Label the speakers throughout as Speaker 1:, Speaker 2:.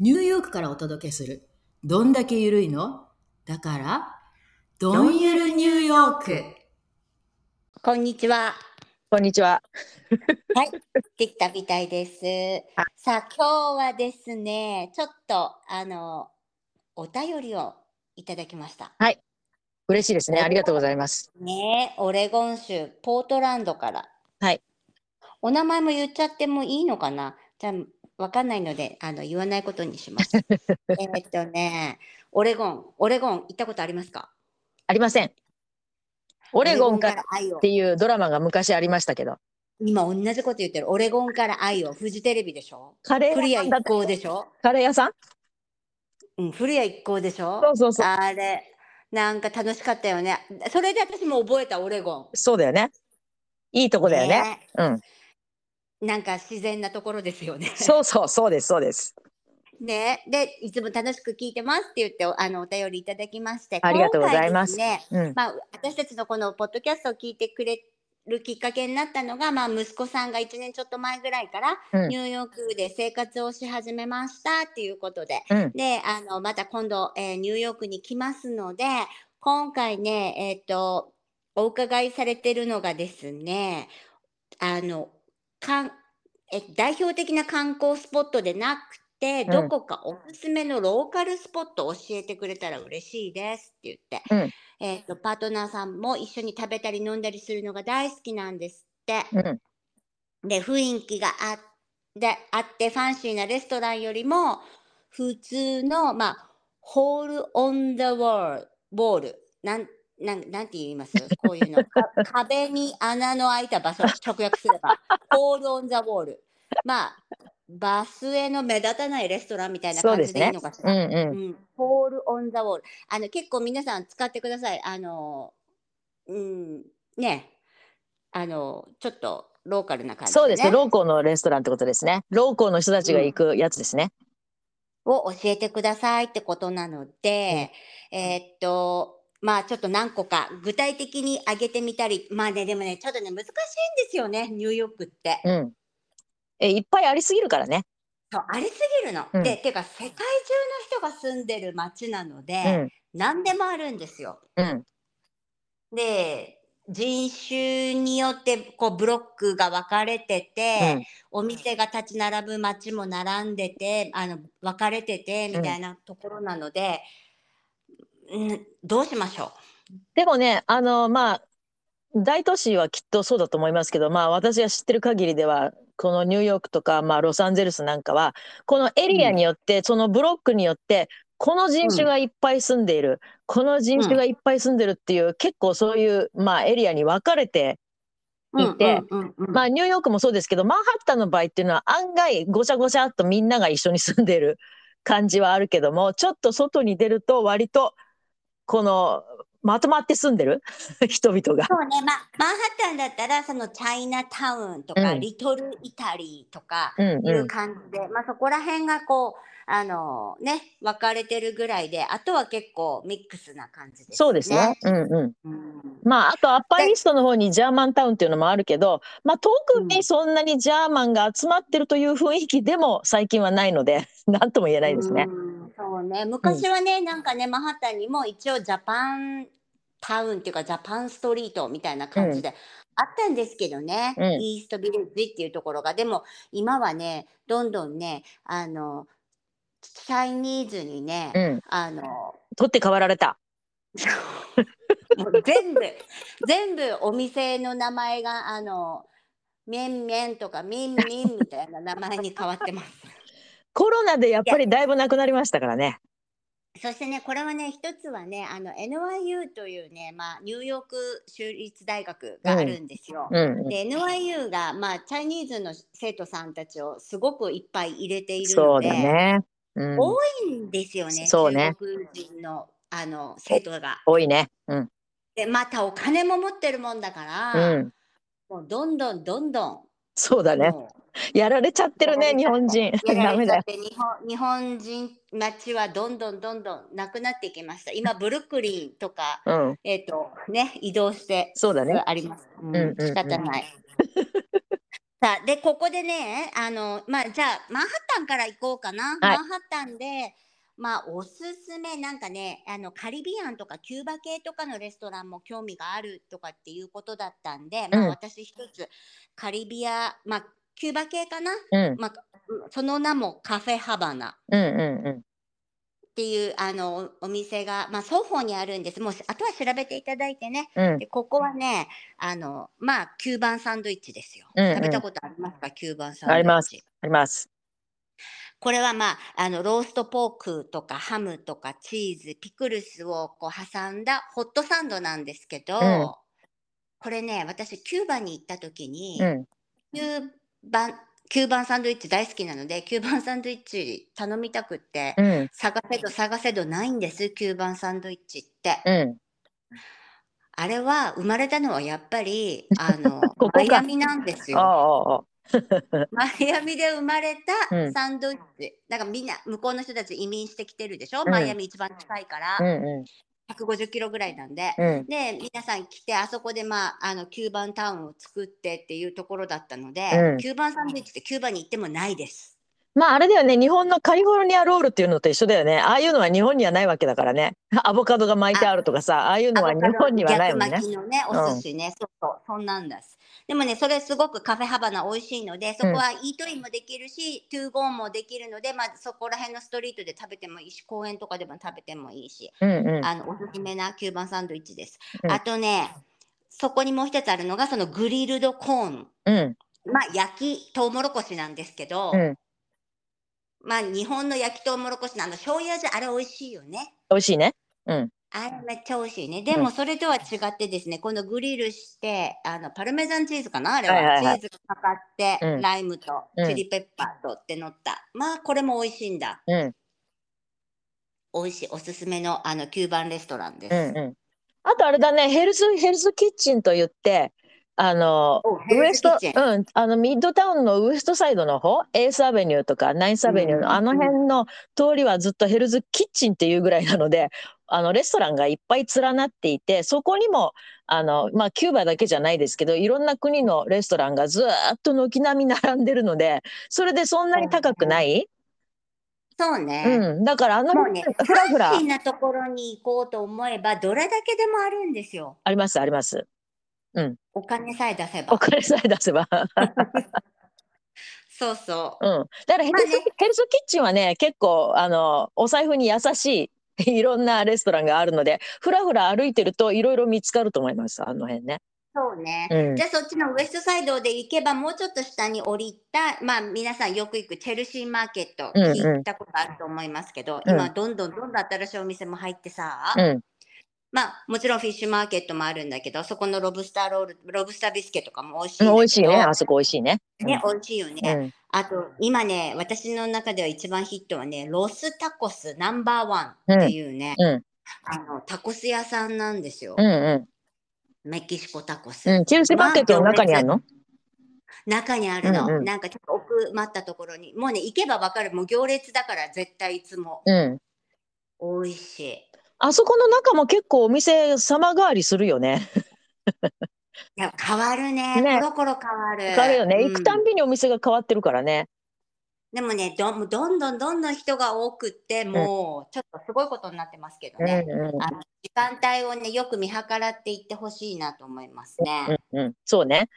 Speaker 1: ニューヨークからお届けする。どんだけゆるいのだから、どんゆるニューヨーク。
Speaker 2: こんにちは。
Speaker 3: こんにちは。
Speaker 2: はい、できたみたいです。さあ、今日はですね、ちょっとあのお便りをいただきました。
Speaker 3: 嬉しいですね。ありがとうございます。
Speaker 2: ねえ、オレゴン州ポートランドから。
Speaker 3: はい。
Speaker 2: お名前も言っちゃってもいいのかな。じゃあわかんないので、あの言わないことにし ます。えっとね、オレゴン、オレゴン行ったことありますか。
Speaker 3: ありません。オ
Speaker 2: オ
Speaker 3: レゴンからっ
Speaker 2: 愛を
Speaker 3: て。いうドラマが昔ありましたけど、
Speaker 2: 今同じこと言ってる。オレゴンから愛をフジテレビでしょ。
Speaker 3: カレー
Speaker 2: クリア
Speaker 3: 屋さんだ
Speaker 2: 一行でしょ。
Speaker 3: カレー屋さん
Speaker 2: うん、古谷一行でしょ
Speaker 3: そうそうそう。
Speaker 2: あれ、なんか楽しかったよね。それで私も覚えたオレゴン。
Speaker 3: そうだよね。いいとこだよね。うん。
Speaker 2: えなんか自然なところですよね。
Speaker 3: そうそう、そうです、そうです。
Speaker 2: ね、で、いつも楽しく聞いてますって言って、あの、お便りいただきまして。
Speaker 3: ありがとうございます
Speaker 2: 今回でね、
Speaker 3: うん。
Speaker 2: まあ、私たちのこのポッドキャストを聞いてくれるきっかけになったのが、まあ、息子さんが1年ちょっと前ぐらいから、
Speaker 3: うん
Speaker 2: ニューヨークで生活をし始めましたっていうことで、
Speaker 3: うん
Speaker 2: であのまた今度、えーニューヨークに来ますので今回ねえっ、とお伺いされてるのがですねあのかんえ代表的な観光スポットでなくて
Speaker 3: ん
Speaker 2: どこかおすすめのローカルスポットを教えてくれたら嬉しいですって言って、えっとパートナーさんも一緒に食べたり飲んだりするのが大好きなんですって。
Speaker 3: うん。
Speaker 2: で雰囲気があであってファンシーなレストランよりも普通のまあホール・オン・ザ・ウォールボールなんなんなんて言いますこういうのか壁に穴の開いた場所直訳すればホール・オン・ザ・ウォールまあバスへの目立たないレストランみたいな
Speaker 3: そう
Speaker 2: 感
Speaker 3: で
Speaker 2: じ
Speaker 3: す
Speaker 2: でいい
Speaker 3: ね
Speaker 2: のかし。
Speaker 3: う
Speaker 2: ら、
Speaker 3: んうん。
Speaker 2: うん、ホール・オン・ザ・ウォールあの結構皆さん使ってくださいあのうんねあのちょっとローカルな感じ、ね、
Speaker 3: そうですね。ローコーのレストランってことですね。ローコーの人たちが行くやつですね。
Speaker 2: を教えてくださいってことなので、えーっと、まあちょっと何個か具体的に挙げてみたり、まあね、でもね、ちょっとね、難しいんですよね、ニューヨークって。
Speaker 3: うん。え、いっぱいありすぎるからね。
Speaker 2: そうありすぎるの。
Speaker 3: うん
Speaker 2: で、ていうか、世界中の人が住んでる街なの
Speaker 3: う
Speaker 2: で、
Speaker 3: ん。
Speaker 2: 何でもあるんですよ。
Speaker 3: うん。
Speaker 2: で、人種によって、こう、ブロックが分かれてて、
Speaker 3: うん。
Speaker 2: お店が立ち並ぶ街も並んでてあの分かれててみたいなところなので、うん、どうしましょ
Speaker 3: でもね、あの、まあ、大都市はきっとそうだと思いますけど、まあ、私が知ってる限りでは、このニューヨークとか、まあ、ロサンゼルスなんかは、このエリアによって、そのブロックによって、この人種がいっぱい住んでいる、この人種がいっぱい住んでるっていう、結構そういう、まあ、エリアに分かれて、
Speaker 2: う。
Speaker 3: いて
Speaker 2: うんうんうんうん
Speaker 3: まあ、ニューヨークもそうですけど、マンハッタンの場合っていうのは、案外、ごちゃごちゃっとみんなが一緒に住んでいる感じはあるけども、ちょっと外に出ると、割と、この、まとまって住んでる 人々が。
Speaker 2: そうね、まあ、マンハッタンだったらそのチャイナタウンとか、
Speaker 3: うん
Speaker 2: リトルイタリーとか
Speaker 3: うん
Speaker 2: いう感じで、まあ、そこら辺がこうあのね分かれてるぐらいであとは結構ミックスな感じですね。
Speaker 3: そうですね。うんう
Speaker 2: うん
Speaker 3: ん。まあ、あとアッパーイーストの方にジャーマンタウンっていうのもあるけど、まあ、遠くにそんなにジャーマンが集まってるという雰囲気でも最近はないので、 なんとも言えないですね。
Speaker 2: うんそうね昔はね、なんかねマンハッタンにも一応ジャパンタウンっていうかジャパンストリートみたいな感じであったんですけどね、
Speaker 3: うん
Speaker 2: イーストビレッジっていうところがでも今はねどんどんねあのチャイニーズにね、
Speaker 3: うん。
Speaker 2: あの
Speaker 3: 取って代わられた。
Speaker 2: もう全部 全部お店の名前があのミェンミェンとかミンミンみたいな名前に変わってます。
Speaker 3: コロナでやっぱりだいぶなくなりましたからね。
Speaker 2: そしてね、これはね、一つはね、あの NYU というね、まあ、ニューヨーク州立大学があるんですよ。
Speaker 3: うんうん。
Speaker 2: で NYU が、まあ、チャイニーズの生徒さんたちをすごくいっぱい入れている
Speaker 3: そ
Speaker 2: の
Speaker 3: う
Speaker 2: で、
Speaker 3: だね。うん。
Speaker 2: 多いんですよね、
Speaker 3: そうね
Speaker 2: 中国人のあの生徒が。
Speaker 3: 多いね。うん。
Speaker 2: で、またお金も持ってるもんだか
Speaker 3: う
Speaker 2: ら、
Speaker 3: ん。
Speaker 2: もうどんどんどんどん
Speaker 3: そうだね。
Speaker 2: もう
Speaker 3: やられちゃってるね、日
Speaker 2: やら
Speaker 3: 本
Speaker 2: れち
Speaker 3: 人。
Speaker 2: やら
Speaker 3: ダ
Speaker 2: れ
Speaker 3: メ
Speaker 2: ち
Speaker 3: だ
Speaker 2: ゃ
Speaker 3: よ
Speaker 2: っ。て日本日本人町はどんどんどんどんなくなっていきました。今ブルックリンとか
Speaker 3: うん。
Speaker 2: えっ、とね移動して
Speaker 3: そうだね。
Speaker 2: あります。うん
Speaker 3: んうんうん
Speaker 2: 仕方 ない。さあでここでねあのまあじゃあマンハッタンから行こうかな。マンハッタンでまあおすすめなんかねあのカリビアンとかキューバ系とかのレストランも興味があるとかっていうことだったんで、ま
Speaker 3: うん
Speaker 2: あ私一つカリビアまあキューバ系かな
Speaker 3: うん。
Speaker 2: まあ、その名もカフェハバナっ
Speaker 3: うんう
Speaker 2: ていうあのおお店が、まあ、双方にあるんですもうあとは調べていただいてね
Speaker 3: んうん。うん
Speaker 2: でここはねあのまあキューバンサンドイッチですよ、
Speaker 3: うんうん
Speaker 2: 食べたことありますかキューバンサンドイッチ
Speaker 3: ありますあります。
Speaker 2: これはまああのローストポークとかハムとかチーズピクルスをこう挟んだホットサンドなんですけど、
Speaker 3: うん
Speaker 2: これね私キューバに行った時に、
Speaker 3: うん。
Speaker 2: キューバンキューバンサンドイッチ大好きなのでキューバンサンドイッチ頼みたくって、
Speaker 3: うん。
Speaker 2: 探せど探せどないんです9番サンドイッチって
Speaker 3: うん。
Speaker 2: あれは生まれたのはやっぱり あの
Speaker 3: こ
Speaker 2: マ
Speaker 3: か
Speaker 2: イアミなんですよ
Speaker 3: ああああああ。
Speaker 2: マイアミで生まれ
Speaker 3: う
Speaker 2: た
Speaker 3: ん
Speaker 2: サンドイッチ、だからみんな向こうの人たち移民してきてるでしょ、
Speaker 3: うん
Speaker 2: マイアミ一番近いから、
Speaker 3: うんう
Speaker 2: 150キロぐらいなんで、
Speaker 3: ん。うん。
Speaker 2: で皆さん来てあそこでまああの9番タウンを作ってっていうところだったので、
Speaker 3: うん
Speaker 2: 9番サンドイッチってキューバに行ってもないです
Speaker 3: まああれだよね。日本のカリフォルニアロールっていうのと一緒だよね。ああいうのは日本にはないわけだからね。アボカドが巻いてあるとかさ、ああいうのは日本にはないもんね
Speaker 2: 逆。巻きのね、お寿司ね、そうそう、そんなんです。でもね、それすごくカフェハバナ美味しいので、そこはイートインもできるし、トゥーゴーもできるので、まあそこら辺のストリートで食べてもいいし、公園とかでも食べてもいいし、
Speaker 3: うんうん。
Speaker 2: あのおすすめなキューバンサンドイッチです。
Speaker 3: うん
Speaker 2: あとね、そこにもう一つあるのが、そのグリルドコーン。
Speaker 3: うん
Speaker 2: まあ焼きトウモロコシなんですけど、
Speaker 3: うん。
Speaker 2: まあ日本の焼きトウモロコシのあの醤油味、あれ美味しいよね。
Speaker 3: 美味しいね。
Speaker 2: あれめっちゃ美味しいね。でもそれとは違ってですね、このグリルして、あのパルメザンチーズかなあれは,、
Speaker 3: はいはいはい
Speaker 2: チーズがかかって、
Speaker 3: うん
Speaker 2: ライムと
Speaker 3: うん
Speaker 2: チリペッパーとって乗った。まあこれも美味しいんだ。
Speaker 3: うん
Speaker 2: 美味しいおすすめのあのキューバンレストランです。
Speaker 3: うんうん。あとあれだね。ヘルスヘルスキッチンと言って、あの
Speaker 2: おヘ
Speaker 3: ウエ
Speaker 2: ル
Speaker 3: ス
Speaker 2: スキ
Speaker 3: ト
Speaker 2: ッチン、
Speaker 3: うん、あのミッドタウンのウエストサイドの方、エースアベニューとかナインスアベニュー
Speaker 2: うん
Speaker 3: のあの辺の通りはずっとヘルズキッチンっていうぐらいなので、 あのレストランがいっぱい連なっていて、そこにもあのまあキューバだけじゃないですけど、いろんな国のレストランがずーっと軒並み並んでるので、それでそんなに高くない。
Speaker 2: そうね。
Speaker 3: うん、だからあの
Speaker 2: もうね、
Speaker 3: ふらふ
Speaker 2: ファン
Speaker 3: ら
Speaker 2: シーなところに行こうと思えば、どれだけでもあるんですよ。
Speaker 3: ありますあります。
Speaker 2: お金さえ出せば
Speaker 3: お。金さえ出せば。
Speaker 2: そうそう。
Speaker 3: うん、だからヘルス,、
Speaker 2: まあね
Speaker 3: ヘルスキッチンはね結構あのお財布に優しい いろんなレストランがあるのでふらふら歩いてるといろいろ見つかると思いますあの辺ね。
Speaker 2: そうね。
Speaker 3: うん
Speaker 2: じゃあそっちのウエストサイドで行けばもうちょっと下に降りた、まあ、皆さんよく行くチェルシーマーケット
Speaker 3: うんうん
Speaker 2: 聞いたことあると思いますけど、
Speaker 3: うん
Speaker 2: 今どんどんどんどん新しいお店も入ってさ、
Speaker 3: うん
Speaker 2: まあ、もちろんフィッシュマーケットもあるんだけどそこのロブスターロールロブスタービスケとかも美味しいんだけ
Speaker 3: 美
Speaker 2: ど
Speaker 3: 味しいねあそこ美味しいね。
Speaker 2: ね美味しいよね、
Speaker 3: うん、
Speaker 2: あと今ね私の中では一番ヒットはねロスタコスナンバーワンっていうね、
Speaker 3: うん
Speaker 2: あのタコス屋さんなんですよ、
Speaker 3: うんう
Speaker 2: メキシコタコス、
Speaker 3: んうんチェルシーマーケットの中にあるの、
Speaker 2: 中にあるの、
Speaker 3: うんうん
Speaker 2: なんかちょっと奥まったところにもうね行けばわかるもう行列だから絶対いつも
Speaker 3: うん、
Speaker 2: 美味しいい
Speaker 3: あそこの中も結構お店様変わりするよね。
Speaker 2: や変わるね
Speaker 3: ね
Speaker 2: コロコロ変わる
Speaker 3: 変わるよね、
Speaker 2: うん
Speaker 3: 行くたんびにお店が変わってるからね。
Speaker 2: でもねどんどんどんどんどん人が多くってもうちょっとすごいことになってますけど
Speaker 3: うん
Speaker 2: ね、
Speaker 3: う
Speaker 2: あの時間帯をねよく見計らっていってほしいなと思いますね、
Speaker 3: んうんうん、そうね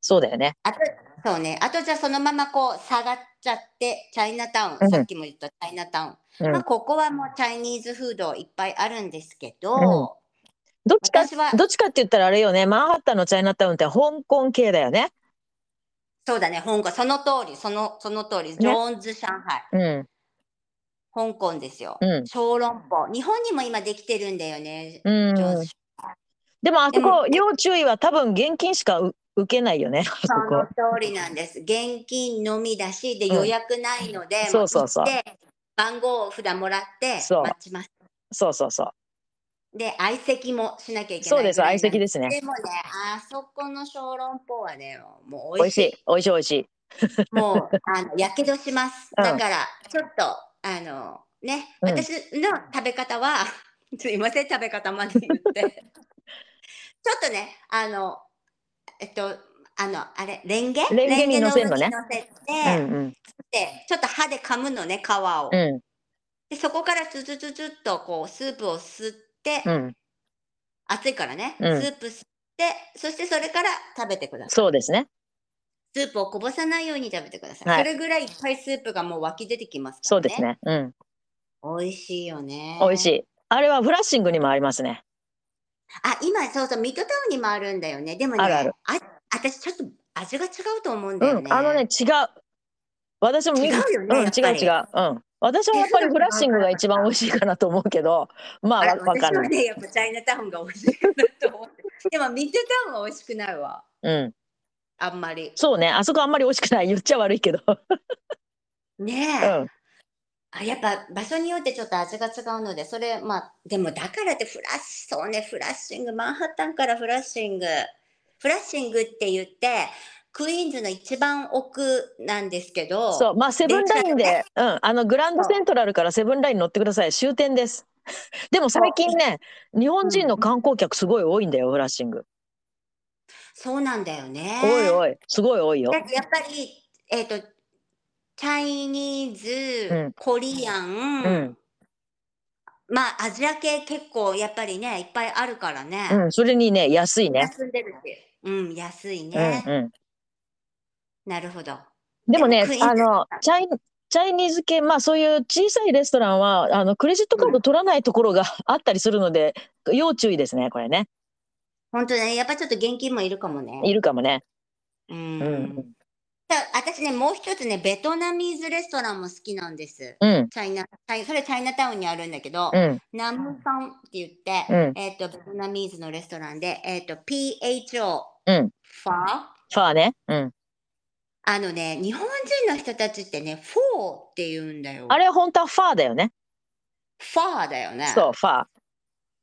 Speaker 3: そうだよね。
Speaker 2: あとそうねあとじゃあそのままこう下がっちゃってチャイナタウン、
Speaker 3: うん
Speaker 2: さっきも言ったチャイナタウン、
Speaker 3: うん
Speaker 2: まあ、ここはもうチャイニーズフードいっぱいあるんですけど、
Speaker 3: うんどっちか
Speaker 2: 私は
Speaker 3: どっちかって言ったらあれよねマンハッタンのチャイナタウンって香港系だよね。
Speaker 2: そうだね、香港、その通り、その、その通り、ジョーンズ、上海、
Speaker 3: うん
Speaker 2: 香港ですよ。
Speaker 3: うん、
Speaker 2: 小籠包、日本にも今できてるんだよね。
Speaker 3: うん
Speaker 2: ジョーンズ
Speaker 3: でもあそ
Speaker 2: でも
Speaker 3: こ要注意は多分現金しかう受けないよね。あそ
Speaker 2: その
Speaker 3: こ。
Speaker 2: 通りなんです。現金のみだし、で、
Speaker 3: うん
Speaker 2: 予約ないので、
Speaker 3: そうそうそう
Speaker 2: で、番号札もらって、
Speaker 3: そう
Speaker 2: 待ちます。
Speaker 3: そうそうそう。
Speaker 2: で、相席もしなきゃいけない。
Speaker 3: そうです、相席ですね。
Speaker 2: でもね、あそこの小籠包はね、もう美
Speaker 3: 美味
Speaker 2: 味
Speaker 3: し
Speaker 2: し
Speaker 3: い
Speaker 2: い。、
Speaker 3: 美味しい、美味しい。
Speaker 2: もう、あの、やけどします。
Speaker 3: うん
Speaker 2: だから、ちょっと、あの、ね、
Speaker 3: うん
Speaker 2: 私の食べ方は、 すいません、食べ方まで言 って。ちょっとね、あの、えっと、あの、あれ、レンゲ
Speaker 3: レンゲに乗せんのね
Speaker 2: レンゲ
Speaker 3: う
Speaker 2: 上に乗せて、
Speaker 3: んうん
Speaker 2: でちょっと歯で噛むのね、皮を。
Speaker 3: う
Speaker 2: で、そこからツツツツっと、こう、スープを吸って、
Speaker 3: んうん、
Speaker 2: 熱いからね、
Speaker 3: うん
Speaker 2: スープ吸って、そしてそれから食べてください。
Speaker 3: そうですね。
Speaker 2: スープをこぼさないように食べてください。
Speaker 3: は
Speaker 2: そ
Speaker 3: い
Speaker 2: れぐらいいっぱいスープがもう湧き出てきますから
Speaker 3: そう
Speaker 2: ね。
Speaker 3: です。ね。うん、
Speaker 2: 美味しいよね。
Speaker 3: 美味し
Speaker 2: い。
Speaker 3: い。あれはフラッシングにもありますね。
Speaker 2: あ、今そうそう、ミッドタウンにもあるんだよね。でもね、
Speaker 3: あるある
Speaker 2: 私ちょっと味が違うと思うん
Speaker 3: う
Speaker 2: だよね。
Speaker 3: ん、あのね、違う。私も
Speaker 2: 違
Speaker 3: み
Speaker 2: うよね。
Speaker 3: うん、
Speaker 2: や
Speaker 3: 違う
Speaker 2: っぱり
Speaker 3: 違う。うん。私はやっぱりフラッシングが一番美味しいかなと思うけど、まあ
Speaker 2: あ
Speaker 3: わ
Speaker 2: れ
Speaker 3: わか
Speaker 2: 私
Speaker 3: んな。
Speaker 2: はいね、やっぱチャイナタウンが美味しいかなと思って。でもミッドタウンは美味しくないわ。
Speaker 3: うん。
Speaker 2: あんまり。
Speaker 3: そうね、あそこあんまり美味しくない。言っちゃ悪いけど。
Speaker 2: ね
Speaker 3: う
Speaker 2: え、
Speaker 3: ん。
Speaker 2: あやっぱ場所によってちょっと味が違うので、それまあでもだからってフラッシュそうねフラッシングマンハッタンからフラッシングフラッシングって言ってクイーンズの一番奥なんですけど、
Speaker 3: そう、まあセブンラインで、うん、あのグランドセントラルからセブンライン乗ってください。終点です。 でも最近ね、日本人の観光客すごい多いんだよ、フラッシング。
Speaker 2: そうなんだよね。
Speaker 3: 多い多い、すごい多いよ
Speaker 2: だ。ってやっぱりえっ、とチャイニーズ、
Speaker 3: うん
Speaker 2: コリアン、
Speaker 3: うん、
Speaker 2: まあアジア系結構やっぱりねいっぱいあるからね。
Speaker 3: うん、それにね、安いね。
Speaker 2: 休んでるっていう。うん安い
Speaker 3: うん、
Speaker 2: ね。
Speaker 3: う
Speaker 2: なるほど。
Speaker 3: ん。でもね
Speaker 2: クイ、ーン
Speaker 3: あの、チャイ、チャイニーズ系、まあそういう小さいレストランは、あの、クレジットカード取らないところが あったりするので、要注意ですね、これね。
Speaker 2: 本当ね、やっぱちょっと現金もいるかもね。
Speaker 3: いるかもね。
Speaker 2: う。
Speaker 3: うんん。
Speaker 2: た私ね、もう一つね、ベトナミーズレストランも好きなんです。
Speaker 3: うん。
Speaker 2: チャイナ、チャイそれチャイナタウンにあるんだけど
Speaker 3: う、ん。
Speaker 2: ナムファンって言って、
Speaker 3: うん
Speaker 2: えっ、と、ベトナミーズのレストランで、えっ、と、PHO、
Speaker 3: うん
Speaker 2: ファー
Speaker 3: ファーね。うん。
Speaker 2: あのね、日本人の人たちってね、フォーって言うんだよ。
Speaker 3: あれは本当はファーだよね。
Speaker 2: ファーだよね。
Speaker 3: そう、ファー。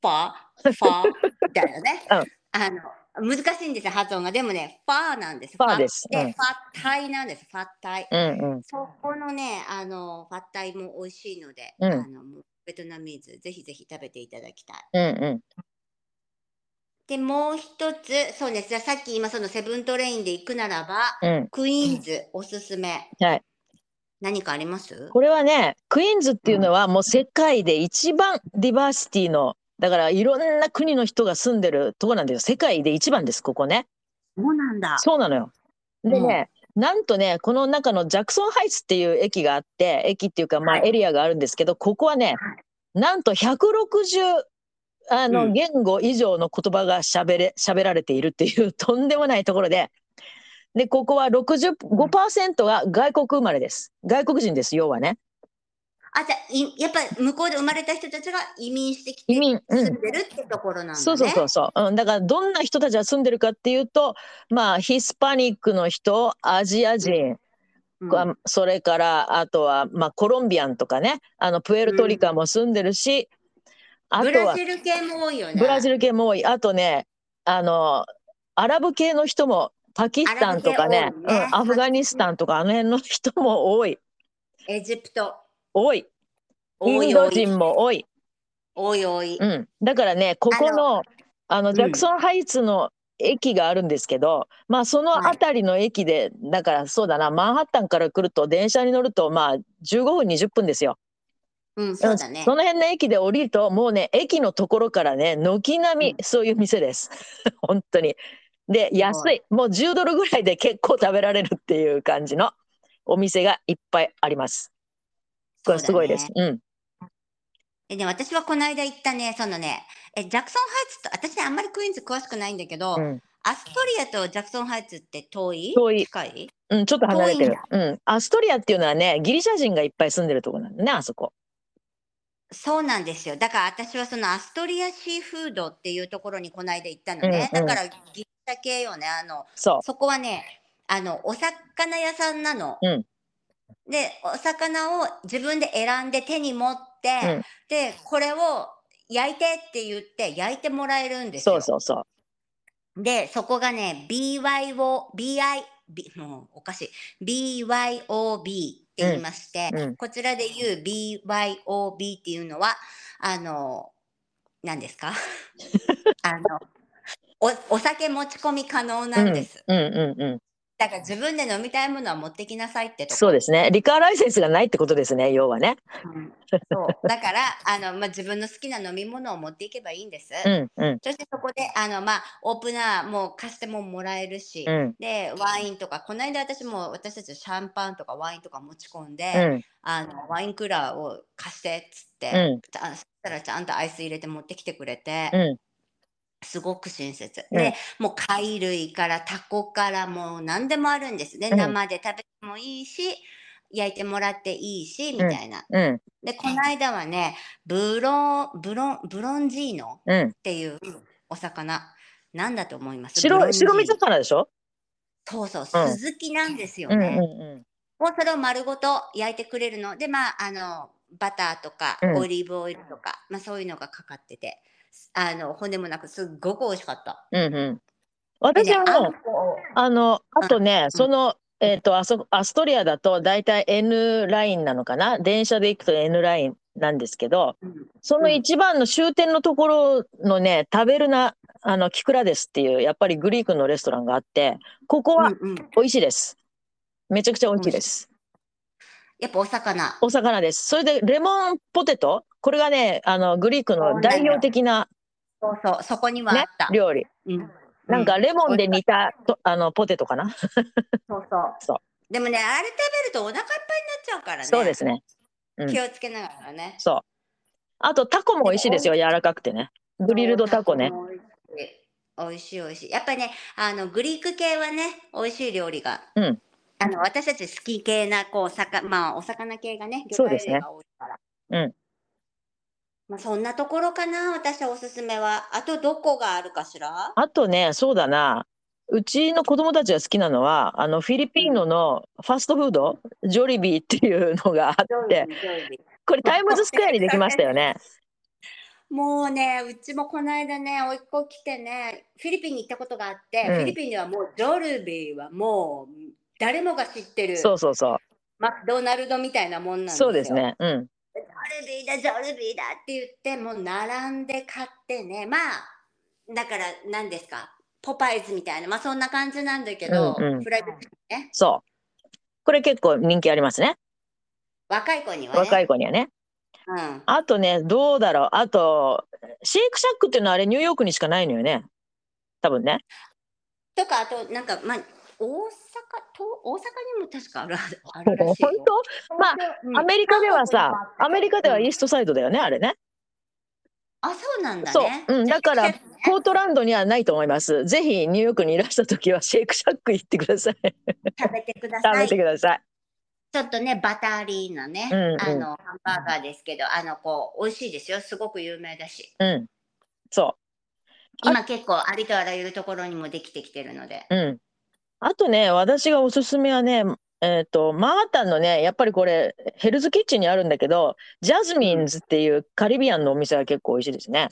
Speaker 2: ファー、ファーだよね。
Speaker 3: う
Speaker 2: あの難しいんですよ発音がでもねファーなんです
Speaker 3: ファーです
Speaker 2: ファ
Speaker 3: うん
Speaker 2: でファッタイなんですファッタイ
Speaker 3: うんうん。
Speaker 2: そこのねあのファッタイも美味しいので、
Speaker 3: うん
Speaker 2: あのもうベトナミーズぜひぜひ食べていただきたい
Speaker 3: うんうん。
Speaker 2: でもう一つそうですじゃあさっき今そのセブントレインで行くならば
Speaker 3: うん。
Speaker 2: クイーンズおすすめ、
Speaker 3: はい
Speaker 2: 何かあります
Speaker 3: これはね、クイーンズっていうのはもう世界で一番ディバーシティの、だからいろんな国の人が住んでるとこなんだよ。世界で一番です、ここね。
Speaker 2: そうなんだ
Speaker 3: そうなのよ。でね、なんとね、この中のジャクソンハイツっていう駅があって、駅っていうか、まあ
Speaker 2: はい
Speaker 3: エリアがあるんですけど、ここはね、なんと160、あ
Speaker 2: う
Speaker 3: の、
Speaker 2: ん
Speaker 3: 言語以上の言葉が喋れ、喋られているっていう、 とんでもないところで、で、ここは65%が外国生まれです。外国人です、要はね。
Speaker 2: あじゃあいやっぱり向こうで生まれた人たちが移民してきて
Speaker 3: 移
Speaker 2: 住
Speaker 3: 民。うん
Speaker 2: んでるってところなんだね、
Speaker 3: そうそうそうそう、うん、だからどんな人たちが住んでるかっていうとまあヒスパニックの人アジア人、
Speaker 2: うん
Speaker 3: あそれからあとは、まあ、コロンビアンとかねあのプエルトリカも住んでるし、あ
Speaker 2: ブ
Speaker 3: と
Speaker 2: ラ
Speaker 3: は
Speaker 2: ジル系も多いよね。
Speaker 3: ブラジル系も多いあとねあのアラブ系の人もパキスタンとか
Speaker 2: アラ
Speaker 3: ね
Speaker 2: ブ系多
Speaker 3: う
Speaker 2: いね
Speaker 3: ん、アフガニスタンとかあの辺の人も多い
Speaker 2: エジプト。
Speaker 3: 多い
Speaker 2: 多
Speaker 3: イン
Speaker 2: い
Speaker 3: ド
Speaker 2: 多い。
Speaker 3: 人も多い。
Speaker 2: 多い多い。
Speaker 3: うん、だからねここのあのジャクソンハイツの駅があるんですけど、まあその辺りの駅で、だからそうだなマンハッタンから来ると電車に乗るとまあ15分20分ですよ。
Speaker 2: うん、そうだね
Speaker 3: そ。の辺の駅で降りるともうね駅のところからね軒並みそういう店です。 本当に。で安いもう10ドルぐらいで結構食べられるっていう感じのお店がいっぱいあります。これすごいです。
Speaker 2: そう
Speaker 3: うん
Speaker 2: えで私はこの間行ったね、そのね、えジャクソンハイツと、私ね、あんまりクイーンズ詳しくないんだけど、
Speaker 3: うん
Speaker 2: アストリアとジャクソンハイツって遠い
Speaker 3: 遠い
Speaker 2: 近い
Speaker 3: うん、ちょっと離れて
Speaker 2: 遠いん
Speaker 3: る
Speaker 2: だ。
Speaker 3: うん。アストリアっていうのはね、ギリシャ人がいっぱい住んでるとこなんだね、あそこ。
Speaker 2: そうなんですよ。だから私はそのアストリアシーフードっていうところにこの間行ったのね。
Speaker 3: うんうん
Speaker 2: だからギリシャ系よね。あの、
Speaker 3: そ
Speaker 2: そこはね、あの、お魚屋さんなの。
Speaker 3: うん
Speaker 2: で、お魚を自分で選んで手に持って、
Speaker 3: うん
Speaker 2: で、これを焼いてって言って焼いてもらえるんですよ。
Speaker 3: そうそうそう。
Speaker 2: で、そこがね、BYO、BI、B もうおかしい、BYOB って言いまして、
Speaker 3: うんうん
Speaker 2: こちらで言う BYOB っていうのは、あの、何です かあのお、お酒持ち込み可能なんです。
Speaker 3: うんうんうん。
Speaker 2: だから自分で飲みたいものは持ってきなさいってとこ。
Speaker 3: そうですね。リカーライセンスがないってことですね、要はね。
Speaker 2: うんそうだから、あの、まあ、自分の好きな飲み物を持っていけばいいんです。
Speaker 3: うんうん
Speaker 2: そしてそこで、あの、まあ、オープナーも貸してももらえるし、
Speaker 3: うん
Speaker 2: でワインとかこの間私も私たちシャンパンとかワインとか持ち込んで、
Speaker 3: うん
Speaker 2: あのワインクーラーを貸してっつって、
Speaker 3: うん
Speaker 2: ちゃんそしたらちゃんとアイス入れて持ってきてくれて、
Speaker 3: うん
Speaker 2: すごく親切、
Speaker 3: うん
Speaker 2: でもう貝類からタコからもう何でもあるんですね、
Speaker 3: うん
Speaker 2: 生で食べてもいいし焼いてもらっていいしみたいな、
Speaker 3: うん
Speaker 2: でこの間はねブロンブロンブロンジーノ
Speaker 3: う
Speaker 2: っ
Speaker 3: ん。
Speaker 2: ていうお魚なんだと思いますブロン
Speaker 3: 白
Speaker 2: ジーノ
Speaker 3: 白身魚でしょ。
Speaker 2: そうそう、
Speaker 3: うん
Speaker 2: スズキなんですよ
Speaker 3: うんう
Speaker 2: ね。
Speaker 3: んう
Speaker 2: もうそれを丸ごと焼いてくれるので、まあ、あのバターとか
Speaker 3: うん
Speaker 2: オリーブオイルとか、まあ、そういうのがかかっててあの骨もなくすっごく美味しかった。
Speaker 3: んうんうん。
Speaker 2: で
Speaker 3: 私
Speaker 2: ね
Speaker 3: は
Speaker 2: あ
Speaker 3: もうん
Speaker 2: こを
Speaker 3: あのあとね、そのえっ、とあそアストリアだと大体 N ラインなのかな。電車で行くと N ラインなんですけど、
Speaker 2: うん
Speaker 3: その一番の終点のところのね、食べるなあのキクラですっていうやっぱりグリークのレストランがあって、ここは
Speaker 2: うんうん
Speaker 3: 美味しいです。めちゃくちゃ美味しいです。
Speaker 2: やっぱお魚。
Speaker 3: お魚です。それでレモンポテト、これがね、あのグリークの代表的な
Speaker 2: そうそう、そこにはあ
Speaker 3: ね
Speaker 2: った。
Speaker 3: 料理。
Speaker 2: うん
Speaker 3: なんかレモンで煮たとあのポテトかな。
Speaker 2: そうそう
Speaker 3: そう
Speaker 2: でもね、あれ食べるとお腹いっぱいになっちゃうからね。
Speaker 3: そうですね。うん
Speaker 2: 気をつけながらね。
Speaker 3: そう。あとタコも美味しいですよ。柔らかくてね。グリルドタコね。
Speaker 2: そう。タコも美味しい美味しい美味しい。やっぱりね、あのグリーク系はね、美味しい料理が。
Speaker 3: うん
Speaker 2: あの私たち好き系なこう魚まあお魚系がね、魚
Speaker 3: そうで
Speaker 2: 介
Speaker 3: すね
Speaker 2: 類が多いから。
Speaker 3: うん。
Speaker 2: まあそんなところかな、私はおすすめは。あとどこがあるかしら？
Speaker 3: あとね、そうだな。うちの子供たちが好きなのは、あのフィリピーノのファストフード、ジョリビーっていうのがあって、これタイムズスクエアにできましたよ ね。
Speaker 2: もうね、うちもこの間ね、甥っ子来てね、フィリピンに行ったことがあって、
Speaker 3: うん
Speaker 2: フィリピンではもうジョルビーはもう誰もが知ってる
Speaker 3: そうそうそ
Speaker 2: マクドナルドみたいなもんなん
Speaker 3: う。
Speaker 2: ですよ。
Speaker 3: そうですね。うん。
Speaker 2: ジョルビーだ、ジョルビーだって言って、もう並んで買ってね、まあ、だから何ですか、ポパイズみたいな、まあそんな感じなんだけど、
Speaker 3: うんうん
Speaker 2: フライドチキンね、
Speaker 3: そう。これ結構人気ありますね。
Speaker 2: 若い子にはね。
Speaker 3: 若い子にはね。
Speaker 2: うん、
Speaker 3: あとね、どうだろう。あと、シェイクシャックっていうのはあれニューヨークにしかないのよね。多分ね。
Speaker 2: とか、あと、なんか、まあ、大阪と、大阪にも確かあるある
Speaker 3: 本
Speaker 2: らしいよ。
Speaker 3: 当まあ、アメリカではさ、アメリカではイーストサイドだよね、あれね。
Speaker 2: あ、そうなんだね。
Speaker 3: そううんだから
Speaker 2: シェフね
Speaker 3: ポートランドにはないと思います。ぜひニューヨークにいらした時はシェイクシャック行ってください。
Speaker 2: 食べてくだ
Speaker 3: 食
Speaker 2: さ
Speaker 3: べ
Speaker 2: い。
Speaker 3: てください。
Speaker 2: ちょっとね、バターリーなね、
Speaker 3: うんうん
Speaker 2: あの、ハンバーガーですけど、あの、こう、美味しいですよ。すごく有名だし。
Speaker 3: うん。そあ
Speaker 2: 今結構ありとあらゆるところにもできてきてるので。
Speaker 3: う。うん。あとね、私がおすすめはね、えっ、と、マータンのね、やっぱりこれ、ヘルズキッチンにあるんだけど、ジャズミンズっていうカリビアンのお店は結構美味しいですね。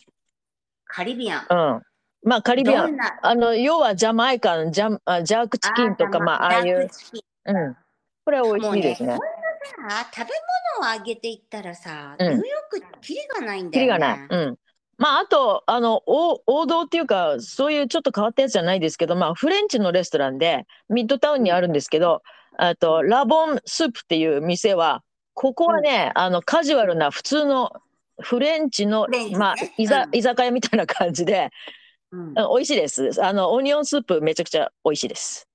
Speaker 2: カリビアン。
Speaker 3: うん。まあ、カリビアン
Speaker 2: どん。な
Speaker 3: あの要はジャマイカンジャムあジャークチキンとかまあああい。
Speaker 2: ダー
Speaker 3: う
Speaker 2: ク、チキン
Speaker 3: うん、これは美
Speaker 2: もう
Speaker 3: 味しいで
Speaker 2: ね、
Speaker 3: す
Speaker 2: ほん
Speaker 3: ね
Speaker 2: と。さ、食べ物をあげていったらさ、
Speaker 3: うん
Speaker 2: ニューヨークキリがないんだよ、ね。
Speaker 3: キリがない。うん。まああとあの王王道っていうかそういうちょっと変わったやつじゃないですけど、まあフレンチのレストランでミッドタウンにあるんですけど、あとラボンスープっていう店はここはね、あのカジュアルな普通のフレンチの
Speaker 2: フレンチね
Speaker 3: まあ居ざ
Speaker 2: うん
Speaker 3: 居酒屋みたいな感じで、
Speaker 2: うん
Speaker 3: うん美味しいです。あのオニオンスープめちゃくちゃ美味しいです。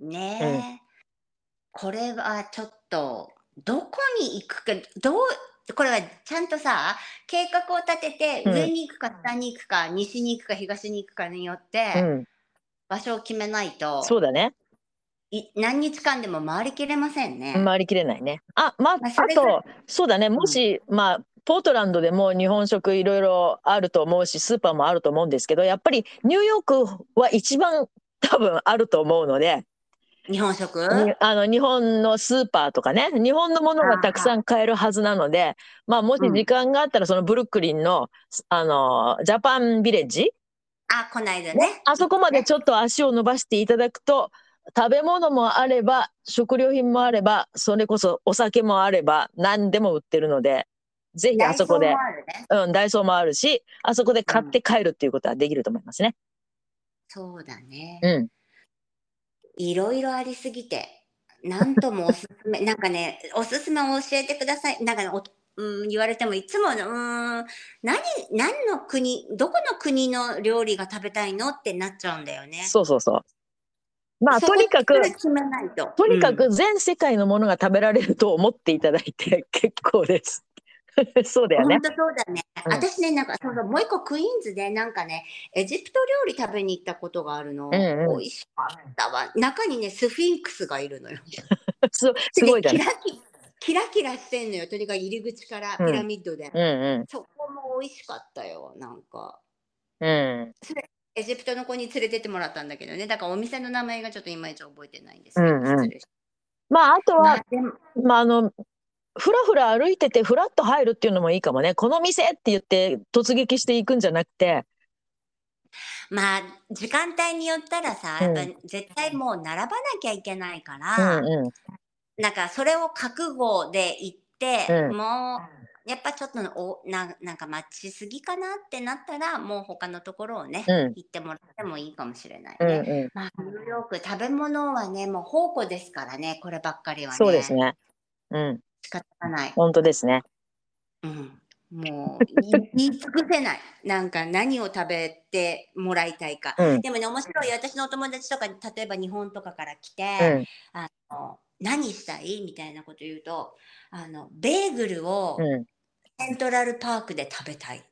Speaker 2: ねえ、これはちょっとどこに行くかどうこれはちゃんとさ計画を立てて
Speaker 3: うん
Speaker 2: 上に行くか下に行くか、西に行くか東に行くかによって、
Speaker 3: うん、
Speaker 2: 場所を決めないと
Speaker 3: そうだね。
Speaker 2: い何日間でも回りきれませんね。
Speaker 3: 回りきれないね。あ、まあ、
Speaker 2: まあ
Speaker 3: あ
Speaker 2: それが
Speaker 3: と、そうだね、もし、まあ、ポートランドでも日本食いろいろあると思うし、スーパーもあると思うんですけど、やっぱりニューヨークは一番多分あると思うので、
Speaker 2: 日本食
Speaker 3: にあの日本のスーパーとかね日本のものがたくさん買えるはずなのでまあ、もし
Speaker 2: うん
Speaker 3: 時間があったらそのブルックリンの,、あのジャパンビレッジ
Speaker 2: あ、こないだね。
Speaker 3: あそこまでちょっと足を伸ばしていただくと食べ物もあれば食料品もあればそれこそお酒もあれば何でも売ってるのでぜひあそこ
Speaker 2: ダイソー
Speaker 3: で
Speaker 2: もあるね。
Speaker 3: うん、ダイソーもあるしあそこで買って帰るっていうことはできると思いますね。
Speaker 2: そうだね。
Speaker 3: うん、
Speaker 2: いろいろありすぎて、なんともおすす め、なんかね、おすすめを教えてください。なんかね、おうん、言われてもいつも、うん、何、何の国、どこの国の料理が食べたいのってなっちゃうんだよね。
Speaker 3: そうそうそう。まあ
Speaker 2: そこと
Speaker 3: にかく
Speaker 2: 決めないと。
Speaker 3: とにか
Speaker 2: うん
Speaker 3: く全世界のものが食べられると思っていただいて 結構です。そうだよね
Speaker 2: 本。当そうだね。
Speaker 3: うん
Speaker 2: 私ね、なんか、そうそう、もう一個クイーンズで、なんかね、エジプト料理食べに行ったことがあるの。
Speaker 3: うんうん
Speaker 2: 美味しかったわ。中にね、スフィンクスがいるのよ。
Speaker 3: す すごいだ
Speaker 2: でキ
Speaker 3: ね。
Speaker 2: ラキキラキラしてんのよ。とにかく入り口から
Speaker 3: う
Speaker 2: ピ
Speaker 3: ん
Speaker 2: ラミッドで。
Speaker 3: うんう
Speaker 2: そこも美味しかったよ。なんか。
Speaker 3: んうん
Speaker 2: エジプトの子に連れてってもらったんだけどね。だからお店の名前がちょっといまいち覚えてないんですけど。
Speaker 3: うんうん
Speaker 2: 失礼し
Speaker 3: まああと
Speaker 2: ま
Speaker 3: は
Speaker 2: あ、でも
Speaker 3: まああのふらふら歩いててふらっと入るっていうのもいいかもね。この店って言って突撃していくんじゃなくて、
Speaker 2: まあ、時間帯によったらさ、
Speaker 3: う
Speaker 2: や
Speaker 3: ん
Speaker 2: っぱ絶対もう並ばなきゃいけないか
Speaker 3: う
Speaker 2: ら、
Speaker 3: んうん
Speaker 2: なんかそれを覚悟で行って、
Speaker 3: うん
Speaker 2: もうやっぱちょっとおななんか待ちすぎかなってなったらもう他のところをね、
Speaker 3: うん
Speaker 2: 行ってもらってもいいかもしれない、
Speaker 3: うん
Speaker 2: ね
Speaker 3: う
Speaker 2: まあ、ニューヨーク食べ物はねもう宝庫ですからねこればっかりは
Speaker 3: ん。
Speaker 2: ね
Speaker 3: そうですね。うん
Speaker 2: 仕方がない、
Speaker 3: 本当ですね。
Speaker 2: うん、もう言い 尽くせないなんか何を食べてもらいたいか。
Speaker 3: うん
Speaker 2: でもね面白いよ私のお友達とかに例えば日本とかから来て、
Speaker 3: うん
Speaker 2: あの何したいみたいなこと言うとあのベーグルを
Speaker 3: うん
Speaker 2: セントラルパークで食べたい、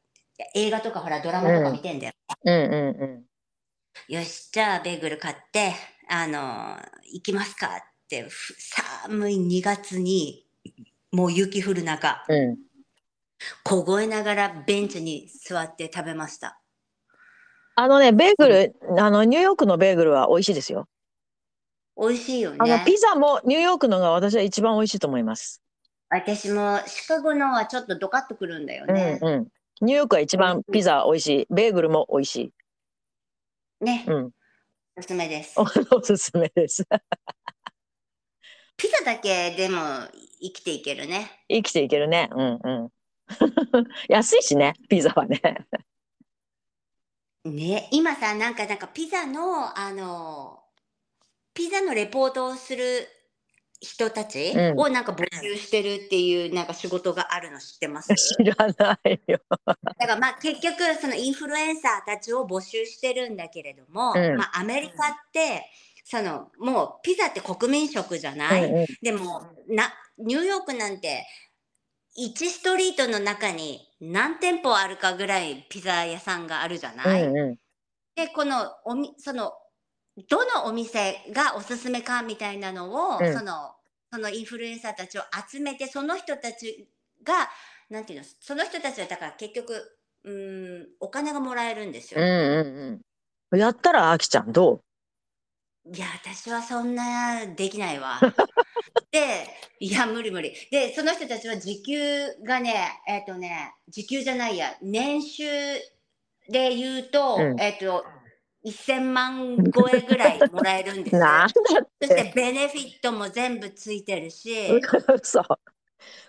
Speaker 2: 映画とかほらドラマとか見てんだよ、
Speaker 3: うんうんうん。
Speaker 2: よしじゃあベーグル買ってあの行きますかってふ寒い2月にもう雪降る中
Speaker 3: うん
Speaker 2: 凍えながらベンチに座って食べました
Speaker 3: あのねベーグル、あのニューヨークのベーグルは美味しいですよ。
Speaker 2: 美味しいよね
Speaker 3: あのピザもニューヨークのが私は一番美味しいと思います。
Speaker 2: 私もシカゴのはちょっとドカッとくるんだよ
Speaker 3: うん
Speaker 2: ね、
Speaker 3: うん。ニューヨークは一番ピザ美味しい、ベーグルも美味しい。
Speaker 2: ね、
Speaker 3: うん。
Speaker 2: おすすめです
Speaker 3: おおすすめです。
Speaker 2: ピザだけでも生きていけるね。
Speaker 3: 生きていけるね。うんうん。 安いしね、ピザはね。
Speaker 2: ね、今さ、なんか、なんかピザの、あの、ピザのレポートをする人たち
Speaker 3: うん
Speaker 2: をなんか募集してるっていうなんか仕事があるの知って ます
Speaker 3: 知らないよ。
Speaker 2: だからまあ結局そのインフルエンサーたちを募集してるんだけれども、
Speaker 3: うん
Speaker 2: まあアメリカってそのもうピザって国民食じゃない、
Speaker 3: うんうん
Speaker 2: でもなニューヨークなんて1ストリートの中に何店舗あるかぐらいピザ屋さんがあるじゃない、
Speaker 3: うんうん
Speaker 2: でこのおみそのどのお店がおすすめかみたいなのを、
Speaker 3: うん
Speaker 2: そのそのインフルエンサーたちを集めてその人たちがなんていうのその人たちはだから結局うーんお金がもらえるんです
Speaker 3: う
Speaker 2: よ。
Speaker 3: んうん。やったら、あきちゃんど
Speaker 2: いや私はそんなできない わ。でいや無理無理。でその人たちは時給がねえっ、とね時給じゃないや年収で言うと、
Speaker 3: うん
Speaker 2: えっ、と1000万超えぐらいもらえるんです
Speaker 3: う
Speaker 2: よ。
Speaker 3: なん
Speaker 2: そ してベネフィットも全部ついてるし、
Speaker 3: だそ